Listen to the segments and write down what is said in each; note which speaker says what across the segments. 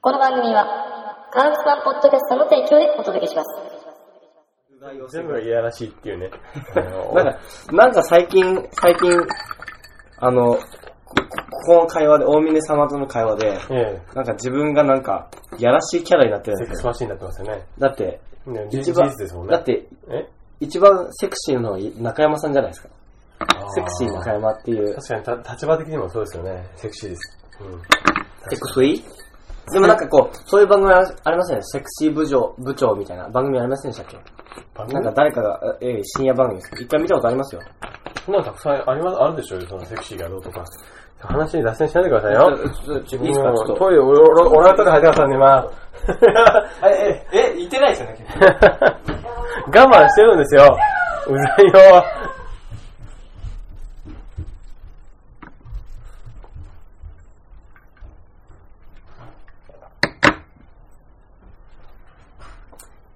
Speaker 1: この番組は、カウンスワンポッドキャストの提供でお届けします。
Speaker 2: 全部がいやらしいっていうね。
Speaker 3: なんか、なんか最近、最近、あの、こここの会話で、大峰様との会話で、
Speaker 2: え
Speaker 3: なんか自分がなんか、やらしいキャラになって
Speaker 2: え、
Speaker 3: るん
Speaker 2: セッ
Speaker 3: で
Speaker 2: ク
Speaker 3: す
Speaker 2: ス
Speaker 3: よ。
Speaker 2: マシーンになってますよね。
Speaker 3: だって、
Speaker 2: ね、事
Speaker 3: 一
Speaker 2: 実
Speaker 3: 番、
Speaker 2: ですもんね。
Speaker 3: だっ、て、
Speaker 2: え
Speaker 3: 一番セクシーなのは中山さんじゃないですか。セクシー中
Speaker 2: 確
Speaker 3: 山っていう。
Speaker 2: かにた、立場的にもそうですよね。セクシーです。うん。
Speaker 3: セクシーでもなんかこう、そういう番組あありませんね。セクシー部長、部長みたいな番組ありませんでしたっけ
Speaker 2: 番
Speaker 3: なん
Speaker 2: 組
Speaker 3: か誰かが、ええ深夜番組です。一回見たことありますよ。
Speaker 2: そんなのたくさんあります、あるでしょうよ、そのセクシーがどうとか。話に脱線しないでくださいよ。
Speaker 3: ちょっとちょっといいですかちょっと。
Speaker 2: トイレ、俺、俺、俺はトイレ入ってますんで、今。
Speaker 3: え、え、え、言ってないですよね、
Speaker 2: 我慢してるんですよ。うざいよ。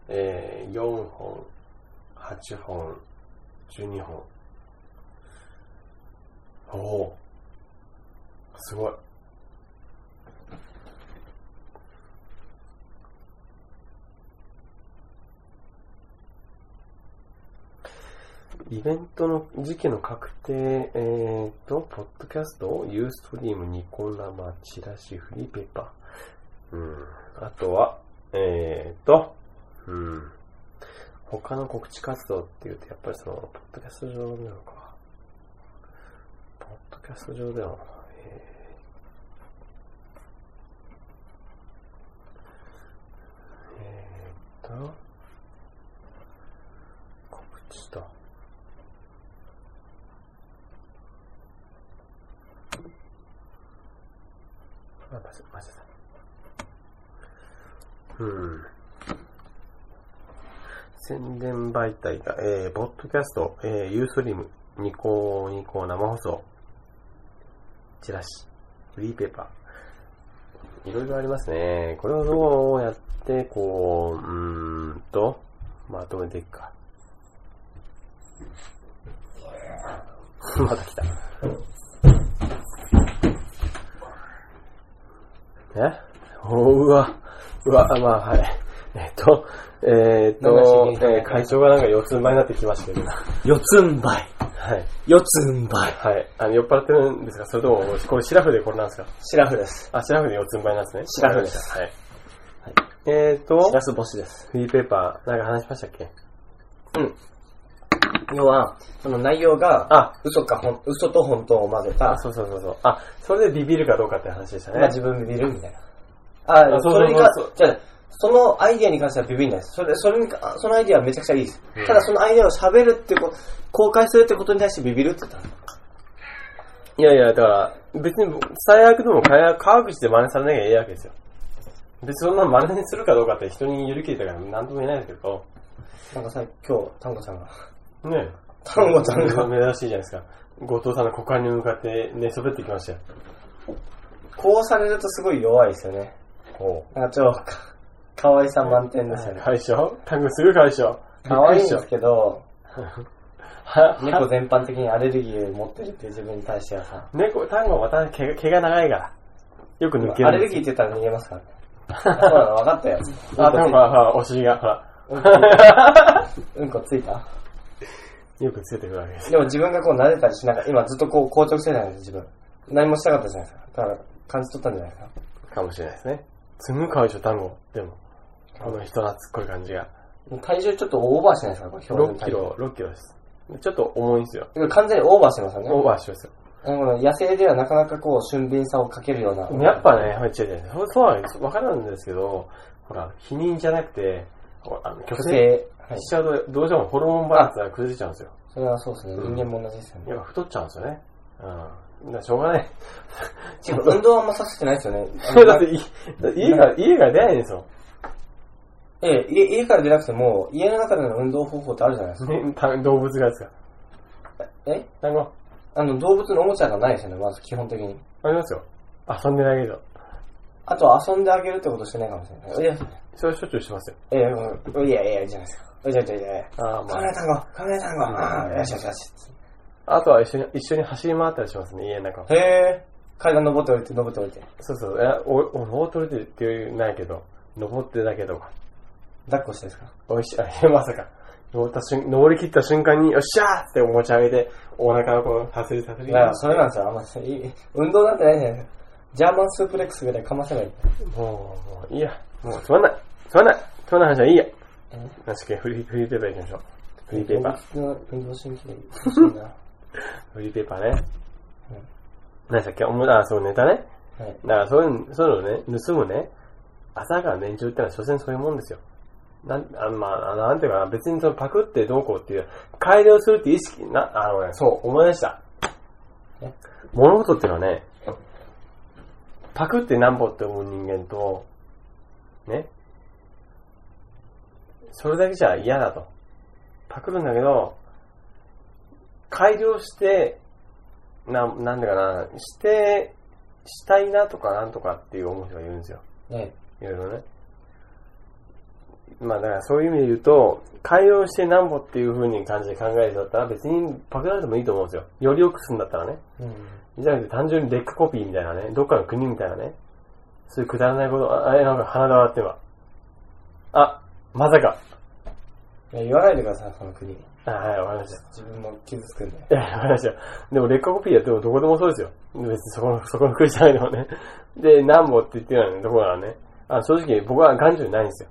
Speaker 2: えー、4本、8本、12本。おおすごい。イベントの時期の確定、えー、と、ポッドキャスト、ユーストリーム、ニコ生、チラシ、フリーペーパー。うん。あとは、えー、と、うん。他の告知活動っていうと、やっぱりその、ポッドキャスト上でなのか。ポッドキャスト上では、えー、えー、と、告知と。あ、マジマジだ。うん。宣伝媒体が、えー、ボッドキャスト、えー、ユーストリーム、ニコニコ生放送、チラシ、フリーペーパー。いろいろありますね。これをどうやって、こう、うーんと、まとめていくか。 また来た。えおうわ。うわ、まあ、はい。えっと、えー、っと、えー会長がなんか四つん這いになってきましたけど。
Speaker 3: 四つん這い。
Speaker 2: はい。
Speaker 3: 四つん這い。
Speaker 2: はい。あの、酔っ払ってるんですかそれとも、これシラフでこれなんですか
Speaker 3: シラフです。
Speaker 2: あ、シラフで四つん這いなんですね。
Speaker 3: シラフです
Speaker 2: わかりましたはい。えー、っと
Speaker 3: シ、ラスボシです。
Speaker 2: フリーペーパー、なんか話しましたっけ
Speaker 3: 要は、その内容が、
Speaker 2: あ、
Speaker 3: 嘘か本、嘘と本当を混ぜた
Speaker 2: あ、、そうそうそうそう。あ、それでビビるかどうかって話でしたね。
Speaker 3: まあ自分ビビるみたいな。あ、
Speaker 2: あそう
Speaker 3: それ
Speaker 2: そう
Speaker 3: が
Speaker 2: そう、
Speaker 3: じゃあそのアイディアに関してはビビんないです。それ、それにか、あそのアイディアはめちゃくちゃいいです。
Speaker 2: うん
Speaker 3: ただそのアイディアを喋るってこと、公開するってことに対してビビるって言ったんです
Speaker 2: いやいや、だから、別に最悪でも川川口で真似されなきゃいいわけですよ。別にそんな真似するかどうかって人に揺り切れたから何とも言えないんだけど、
Speaker 3: なんかさ、今日、タンゴさんが。
Speaker 2: ねえ。
Speaker 3: 丹後ちゃんが
Speaker 2: 珍しいじゃないですか。後藤さんの股間に向かって寝そべってきましたよ。
Speaker 3: こうされるとすごい弱いですよね。
Speaker 2: ほ
Speaker 3: なんかちょっとか、かわいさ満点ですよね。
Speaker 2: かわいいでしょタングすぐかわいいでしょ
Speaker 3: かわいい
Speaker 2: び
Speaker 3: んで
Speaker 2: っくり
Speaker 3: す
Speaker 2: し
Speaker 3: けど、
Speaker 2: ょは
Speaker 3: 猫全般的にアレルギーを持ってるっていう自分に対してはさ、
Speaker 2: 猫、タングはまた毛が毛が長いから。よく抜ける。
Speaker 3: アレルギーって言ったら逃げますからね。そうなの分かったよ。
Speaker 2: あ、タングは、はお尻が、ほ
Speaker 3: うんこ
Speaker 2: ら。
Speaker 3: うんこついた
Speaker 2: よくついてくるわけです。
Speaker 3: でも自分がこう撫でたりしながら、今ずっとこう硬直してたんですよ、自分。何もしたかったじゃないですか。だから感じ取ったんじゃないですか。
Speaker 2: かもしれないですね。すぐかわいいでしょ、タング。でも、この人懐っこい感じが。
Speaker 3: 体重ちょっとオーバーしてないですか、これ標準
Speaker 2: 6
Speaker 3: 体
Speaker 2: キ
Speaker 3: 重
Speaker 2: ロ、6キロです。ちょっと重いんですよ。
Speaker 3: これ完全にオーバーしてますよね。
Speaker 2: オーバーしてますよ。
Speaker 3: でも野生ではなかなかこう、俊敏さをかけるような。
Speaker 2: やっぱね、はい、違う違う。そうそうなんです。わかるんですけど、ほら、否認じゃなくて、ほらあの、
Speaker 3: 女
Speaker 2: 虚勢
Speaker 3: 性。はい
Speaker 2: し。ちゃうと、どうしてもホルモンバランスが崩れちゃうんですよ。
Speaker 3: それはそうですね。人間も同じですよ
Speaker 2: や
Speaker 3: ね。
Speaker 2: っぱ太っちゃうんですよね。うん。だからしょうが ない。。
Speaker 3: しかも運動はあんまさせてないですよね
Speaker 2: だって、い家が、家が出ないんですよ。
Speaker 3: ええ、家家から出なくても、家の中での運動方法ってあるじゃないですか。
Speaker 2: ねた動物がですか。
Speaker 3: え
Speaker 2: 団子、
Speaker 3: あの、動物のおもちゃがないですよね、まず基本的に。
Speaker 2: ありますよ。遊んでないけど。
Speaker 3: あとは遊んであげるってことしてないかもしれない。いや、
Speaker 2: それしょっちゅうしてますよ。
Speaker 3: ええ、いやいやいや、じゃないですか。いやいやいやいや。
Speaker 2: ああ、ま
Speaker 3: カメラ
Speaker 2: あ。
Speaker 3: 単語カメラ単語
Speaker 2: うん
Speaker 3: ああ、よしよしよし。
Speaker 2: あとは一緒に、一緒に走り回ったりしますね、家の中を。
Speaker 3: へえ。階段登っておいて、登っておいて。
Speaker 2: そうそう、え、お、お、ボートルって言うないけど、登ってたけど、
Speaker 3: 抱っこしてですか
Speaker 2: おいし、あ、い やまさか。登った瞬、登り切った瞬間に、よっしゃーって持ち上げて、お腹をこう、さすりさすり。
Speaker 3: だから、それなんですよ。あんまりいい、運動なんてないじゃないですか。ジャーマンスープレックスぐらいかませばいい。
Speaker 2: もう、もう、いいや。もう、つまんない。つまんない。つまんない話はいいや。
Speaker 3: え
Speaker 2: なしけ、フリー、フリーペーパー行きましょう。フリーペーパー。
Speaker 3: ー。運動神経いいな。
Speaker 2: フリーペーパーね。何でしたっけおもあ、そう、ネタね。
Speaker 3: はい。
Speaker 2: だから、そういう、そういうのね、盗むね、朝から年中ってのは、所詮そういうもんですよ。なん、あまあ、あなんていうかな、別にそのパクってどうこうっていう、改良するっていう意識、な、あのね、そう、思い出した
Speaker 3: え。
Speaker 2: 物事っていうのはね、パクってなんぼって思う人間と、ね、それだけじゃ嫌だと。パクるんだけど、改良して、な、なんでかな、して、したいなとかなんとかっていう思う人がいるんですよ。
Speaker 3: ね
Speaker 2: いろいろね。まあだからそういう意味で言うと、改良してなんぼっていう風に感じで考える人だったら別にパクられてもいいと思うんですよ。より良くするんだったらね。
Speaker 3: うん。
Speaker 2: じゃなくて単純にレックコピーみたいなね、どっかの国みたいなね。そういうくだらないこと、ああれなんか鼻で笑ってば。あ、まさか。
Speaker 3: いや、言わないでください、その国。
Speaker 2: あはい、わかりました。
Speaker 3: 自分も傷つくんで。
Speaker 2: いや、わかりました。 でも、劣化コピーやってもどこでもそうですよ。別にそこの、そこの国じゃないのもね。で、なんぼって言ってるようなところはね。あ正直、僕は眼中にないんですよ。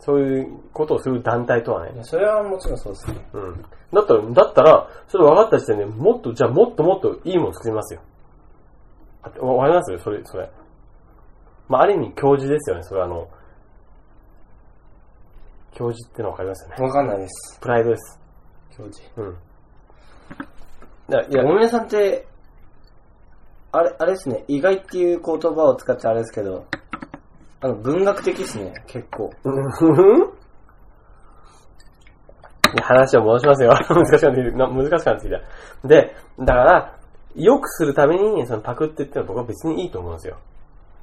Speaker 2: そういうことをする団体とはね
Speaker 3: い。や、それはもちろんそうですね。
Speaker 2: うん。だったら、だったら、それ分かった時点でもっと、じゃあもっともっといいもの作りますよ。あわかりますそれ、それ。まあ、ある意味、教授ですよね。それはあの、教授っての分かりますよね。
Speaker 3: わかんないです、
Speaker 2: プライドです。
Speaker 3: 教授。
Speaker 2: うん。だい
Speaker 3: いや、
Speaker 2: や、
Speaker 3: おめさんって、あれ、あれですね、意外っていう言葉を使ってあれですけど、あの、文学的ですね、結構。
Speaker 2: うん話を戻しますよ。 難しくなってきた。な難しくなってきた。で、だから、良くするために、そのパクってってのは僕は別にいいと思うんですよ。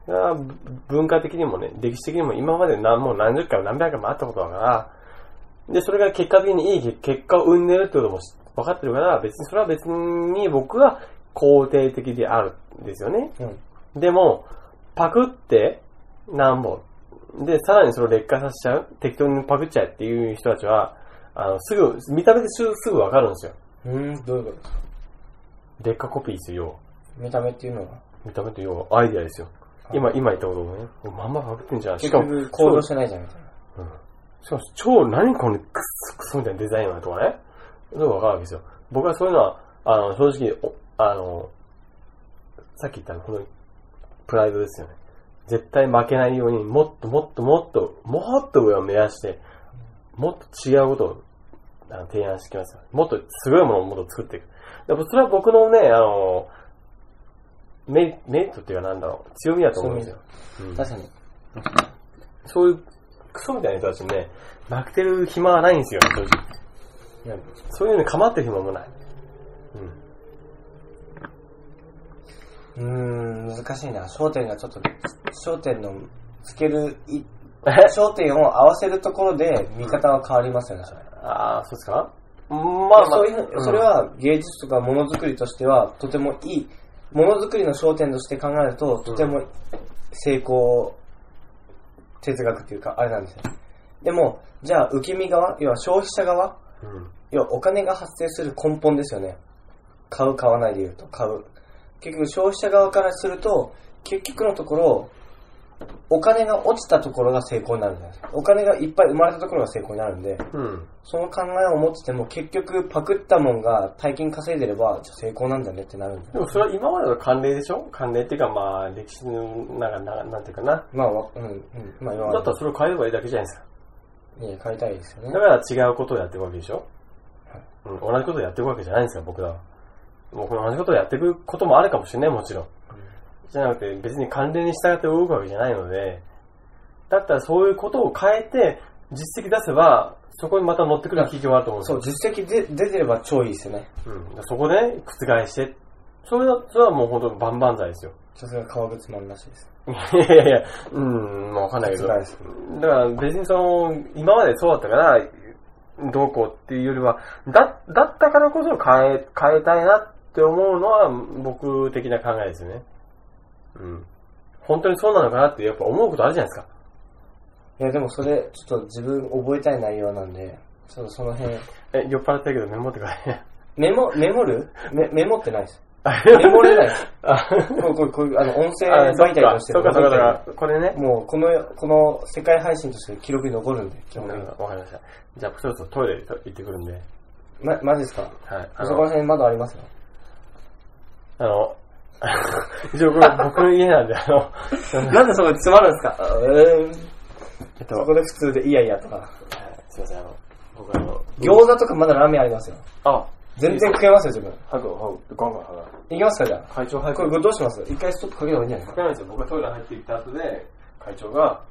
Speaker 2: だからぶ文化的にもね、歴史的にも今まで何もう何十回も何百回もあったことだから、で、それが結果的にいい結結果を生んでるってこともし分かってるから、別に、それは別に僕は肯定的であるんですよね。
Speaker 3: うん。
Speaker 2: でも、パクって、なんぼ。で、さらにそれを劣化させちゃう適当にパクっちゃえっていう人たちは、あの、すぐ、見た目ですぐすぐわかるんですよ。
Speaker 3: うん、どういうことですか
Speaker 2: 劣化コピーですよ。
Speaker 3: 見た目っていうのは
Speaker 2: 見た目と要はアイデアですよ。今、今言ったこともね、まんまパクってんじゃん。し
Speaker 3: 結
Speaker 2: かも、
Speaker 3: 局行動してないじゃん、みたいな。
Speaker 2: うんしかも、超、何このクソクソみたいなデザインはとかね。そうわかるわけですよ。僕はそういうのは、あの、正直、おあの、さっき言ったの、この、プライドですよね。絶対負けないように、もっともっともっと、もっと上を目指して、もっと違うことをあの提案してきますよ。もっとすごいものをもっと作っていく。でもそれは僕のね、あの、メリメリットっていうかなんだろう、強みだと思うんですよ。うん
Speaker 3: 確かに。
Speaker 2: そういうクソみたいな人たちにね、負けてる暇はないんですよ、正直。
Speaker 3: いや
Speaker 2: そういうのに構ってる暇もない。うん。
Speaker 3: うーん、難しいな。焦点がちょっと、焦点のつけるい、 焦点を合わせるところで見方は変わりますよね、それ。
Speaker 2: ああ、そうですかまあ
Speaker 3: そういうふうそれ、は芸術とかものづくりとしてはとてもいいものづくりの焦点として考えるととても成功哲学っていうかあれなんですよでもじゃあ受け身側要は消費者側
Speaker 2: うん。
Speaker 3: 要はお金が発生する根本ですよね買う買わないで言うと買う結局消費者側からすると結局のところお金が落ちたところが成功になるんですお金がいっぱい生まれたところが成功になるんで
Speaker 2: うん。
Speaker 3: その考えを持ってても結局パクったもんが大金稼いでればじゃあ成功なんだねってなるんだ
Speaker 2: で
Speaker 3: よ。
Speaker 2: もそれは今までの慣例でしょ慣例っていうかまあ、歴史の、なんか、ななんていうかな。
Speaker 3: まあ、わうん、うん。まあ今
Speaker 2: だったらそれを変えればいいだけじゃないですか。
Speaker 3: いや、買いたいですよね。
Speaker 2: だから違うことをやっていくわけでしょ
Speaker 3: はい
Speaker 2: うん。同じことをやっていくわけじゃないんですよ、僕らは。もうこの同じことをやっていくこともあるかもしれない、もちろん。じゃなくて別に関連に従って動くわけじゃないので、だったらそういうことを変えて、実績出せば、そこにまた乗ってくる企業があると思うんです
Speaker 3: そ
Speaker 2: よ
Speaker 3: う、。実績で出てれば超いいですよね。
Speaker 2: うん、そこで覆して、それはそれはもう本当万々歳ですよ。
Speaker 3: さすが革靴マンらしいです。
Speaker 2: いやいやいや、うん、まあわかんないけど。
Speaker 3: 覆です。
Speaker 2: だから別にその、今までそうだったから、どうこうっていうよりは、だ、だったからこそ変え、変えたいなって思うのは僕的な考えですね。うん。本当にそうなのかなってやっぱ思うことあるじゃないですか。
Speaker 3: いや、でもそれ、ちょっと自分覚えたい内容なんで、ちょっとその辺、
Speaker 2: え、酔っ払ってるけどメモってください。
Speaker 3: メモ、メモるメメモってないです。メ
Speaker 2: メ
Speaker 3: モれないです。
Speaker 2: あ、
Speaker 3: こうこうこうあの、音声
Speaker 2: あそ
Speaker 3: 媒
Speaker 2: っ
Speaker 3: 体と
Speaker 2: か、
Speaker 3: して
Speaker 2: そっか、そっか、そっかこれね。
Speaker 3: もう、この、この世界配信として記録に残るんで、基
Speaker 2: わ
Speaker 3: 本
Speaker 2: か
Speaker 3: 的
Speaker 2: り
Speaker 3: に
Speaker 2: ました。じゃあ、そろそろトイレ行ってくるんで。
Speaker 3: ま、マジですか
Speaker 2: はい。あ
Speaker 3: そこら
Speaker 2: の、
Speaker 3: 辺まだありますよ。
Speaker 2: あの、 一応これ僕の家なんで、あの、
Speaker 3: なんでそこで詰まるんですかえー、
Speaker 2: えっと、
Speaker 3: そこで普通で、いやいやとか。
Speaker 2: はいすいません、あの、僕あの、
Speaker 3: 餃子とかまだラーメンありますよ。
Speaker 2: あ、
Speaker 3: 全然食えますよ、自分。
Speaker 2: ハグ、ハグ、ガンガンハ
Speaker 3: いきますか、じゃあ。
Speaker 2: グ。会長早
Speaker 3: これ、これどうします一回ストップかけた方がいいんじゃないです
Speaker 2: かけないですよ。僕がトイレ入ってきた後で、会長が、
Speaker 3: か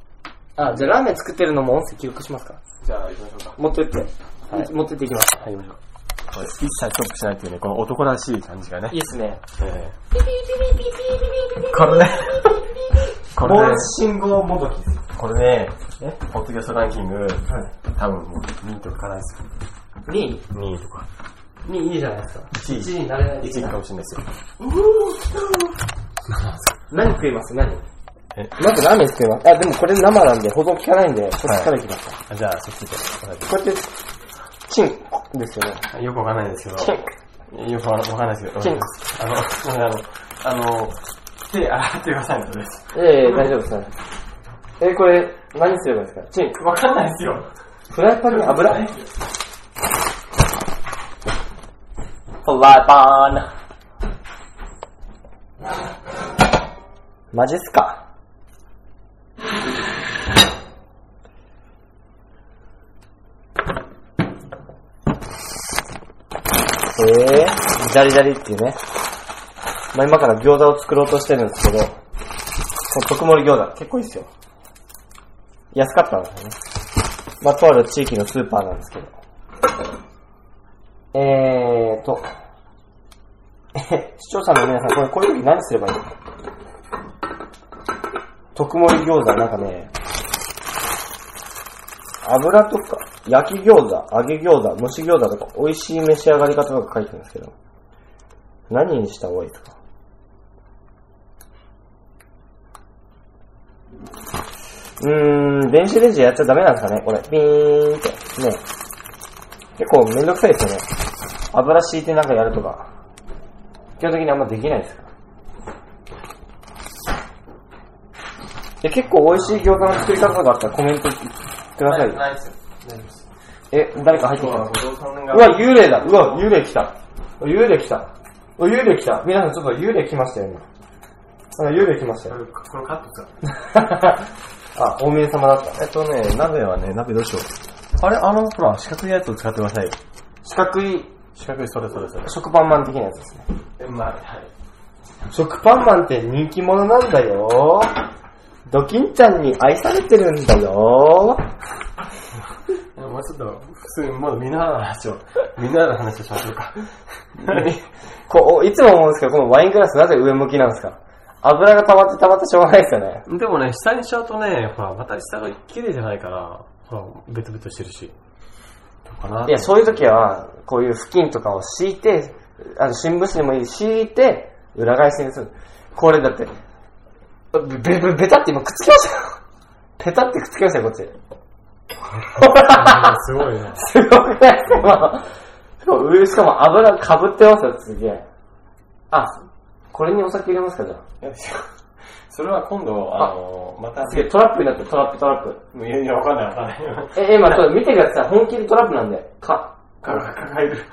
Speaker 3: あ、じゃあラーメン作ってるのも音声記録しますか
Speaker 2: じゃあ行きましょうか。
Speaker 3: 持ってって。持ってっていきます。
Speaker 2: はい、行きましょう。これ、一切ストップしないっていうね、この男らしい感じがね。
Speaker 3: いいっすね。
Speaker 2: ええこ れね、これね、
Speaker 3: 信号もどき。
Speaker 2: これね、えポッドキャストランキング、多分もう2位とかいかないですよ。
Speaker 3: に、
Speaker 2: 2位とか。
Speaker 3: にいいじゃないですか。
Speaker 2: 1位。
Speaker 3: 1位になれない
Speaker 2: 1位かもしれないですよ。
Speaker 3: 何食います何
Speaker 2: え
Speaker 3: まずラーメン作ります。あ、でもこれ生なんで、保存効かないんで、こっちからいきます。
Speaker 2: あじゃあ、そっちで。
Speaker 3: こうやって、チンですよね。
Speaker 2: よくわかんないんですけ
Speaker 3: チ
Speaker 2: ど。
Speaker 3: ン。
Speaker 2: よくわかんないですけど。
Speaker 3: チン
Speaker 2: あの、すいませんあの、あの、手洗ってくださいのです。
Speaker 3: ええ大丈夫ですね。えこれ、何すればいいですかチン。
Speaker 2: わかんないですよ。
Speaker 3: フライパンに油
Speaker 2: はい
Speaker 3: フライパン。マジっすかええジャリジャリっていうね。まあ、今から餃子を作ろうとしてるんですけど、この特盛り餃子、結構いいっすよ。安かったんですよね。まあ、とある地域のスーパーなんですけど。えーと、 視聴者の皆さん、これこういう時何すればいいの特盛り餃子、なんかね、油とか、焼き餃子、揚げ餃子、蒸し餃子とか、美味しい召し上がり方とか書いてるんですけど、何にした方がいいですかうーん、電子レンジやっちゃダメなんですかねこれ、ピーンって。ね。結構めんどくさいですよね。油敷いてなんかやるとか。基本的にあんまできないですから。で結構美味しい餃子の作り方とかあったらコメントください。
Speaker 2: ないですよ。大丈夫です。
Speaker 3: え、誰か入ってきた
Speaker 2: 今日は後藤さん
Speaker 3: うわ、幽霊だ。うわ、幽霊来た。お幽霊来た。お幽霊来た。皆さんちょっと幽霊来ましたよね。なんか幽霊来ましたよ。
Speaker 2: が、このカット使って。
Speaker 3: あ、おめえ様だった。
Speaker 2: えっとね、鍋はね、鍋どうしよう。あれ、あの、ほら、四角いやつを使ってくださいよ。
Speaker 3: 四角い
Speaker 2: 四角い、それそれそれ。
Speaker 3: 食パンマン的なやつですね。
Speaker 2: え、まあ、はい。
Speaker 3: 食パンマンって人気者なんだよ。ドキンちゃんに愛されてるんだ よ。
Speaker 2: もうちょっと、普通に、もうみんなの話を、みんなの話をしましょう か。
Speaker 3: こう、いつも思うんですけど、このワイングラスなぜ上向きなんですか油が溜まって溜まってしょうがないですよね。
Speaker 2: でもね、下にしちゃうとね、ほら、また下が綺麗じゃないから、ほら、ベトベトしてるし。どうかない
Speaker 3: や、そういう時は、こういう布巾とかを敷いて、あの、新聞紙でもいい、敷いて、裏返しにする。これだって、べ、べ、べたって今くっつきましたよ。ペタってくっつきましたよ、こっち。
Speaker 2: あすごいね。
Speaker 3: すごくないですかもうしかも油かぶってますよ、すげえ。あ、これにお酒入れますか、じゃ
Speaker 2: それは今度、あの、また
Speaker 3: あ。、すげえ、トラップになってる、トラップ、トラップ。
Speaker 2: いやいや、わかんないわかんない。
Speaker 3: え、え今、ちょっと見てください。本気でトラップなんで。か、
Speaker 2: カが抱える。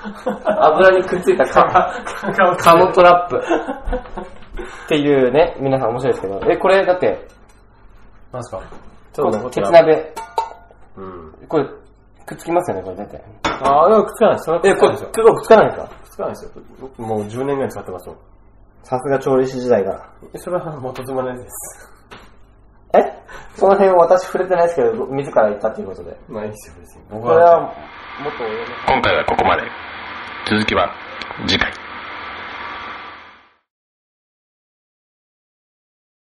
Speaker 3: 油にくっついたか。
Speaker 2: カ
Speaker 3: 蚊のトラップ。っていうね、皆さん面白いですけど。え、これだって、
Speaker 2: なんすか
Speaker 3: ちょっと鉄鍋、
Speaker 2: うん。
Speaker 3: これ、くっつきますよね、これ大体。
Speaker 2: ああ、でもくっつかないです。それは
Speaker 3: え、これ、
Speaker 2: くっ
Speaker 3: くっつかないですか
Speaker 2: つかないですよ。僕もう10年ぐらい使ってますもん。
Speaker 3: さすが調理師時代が。
Speaker 2: それは元妻のやつです。
Speaker 3: えその辺私触れてないですけど、自ら行ったっていうことで。
Speaker 2: まあいいですよ、別に。
Speaker 3: こ
Speaker 2: 僕
Speaker 3: れは、もっと
Speaker 4: 今回はここまで。続きは次回。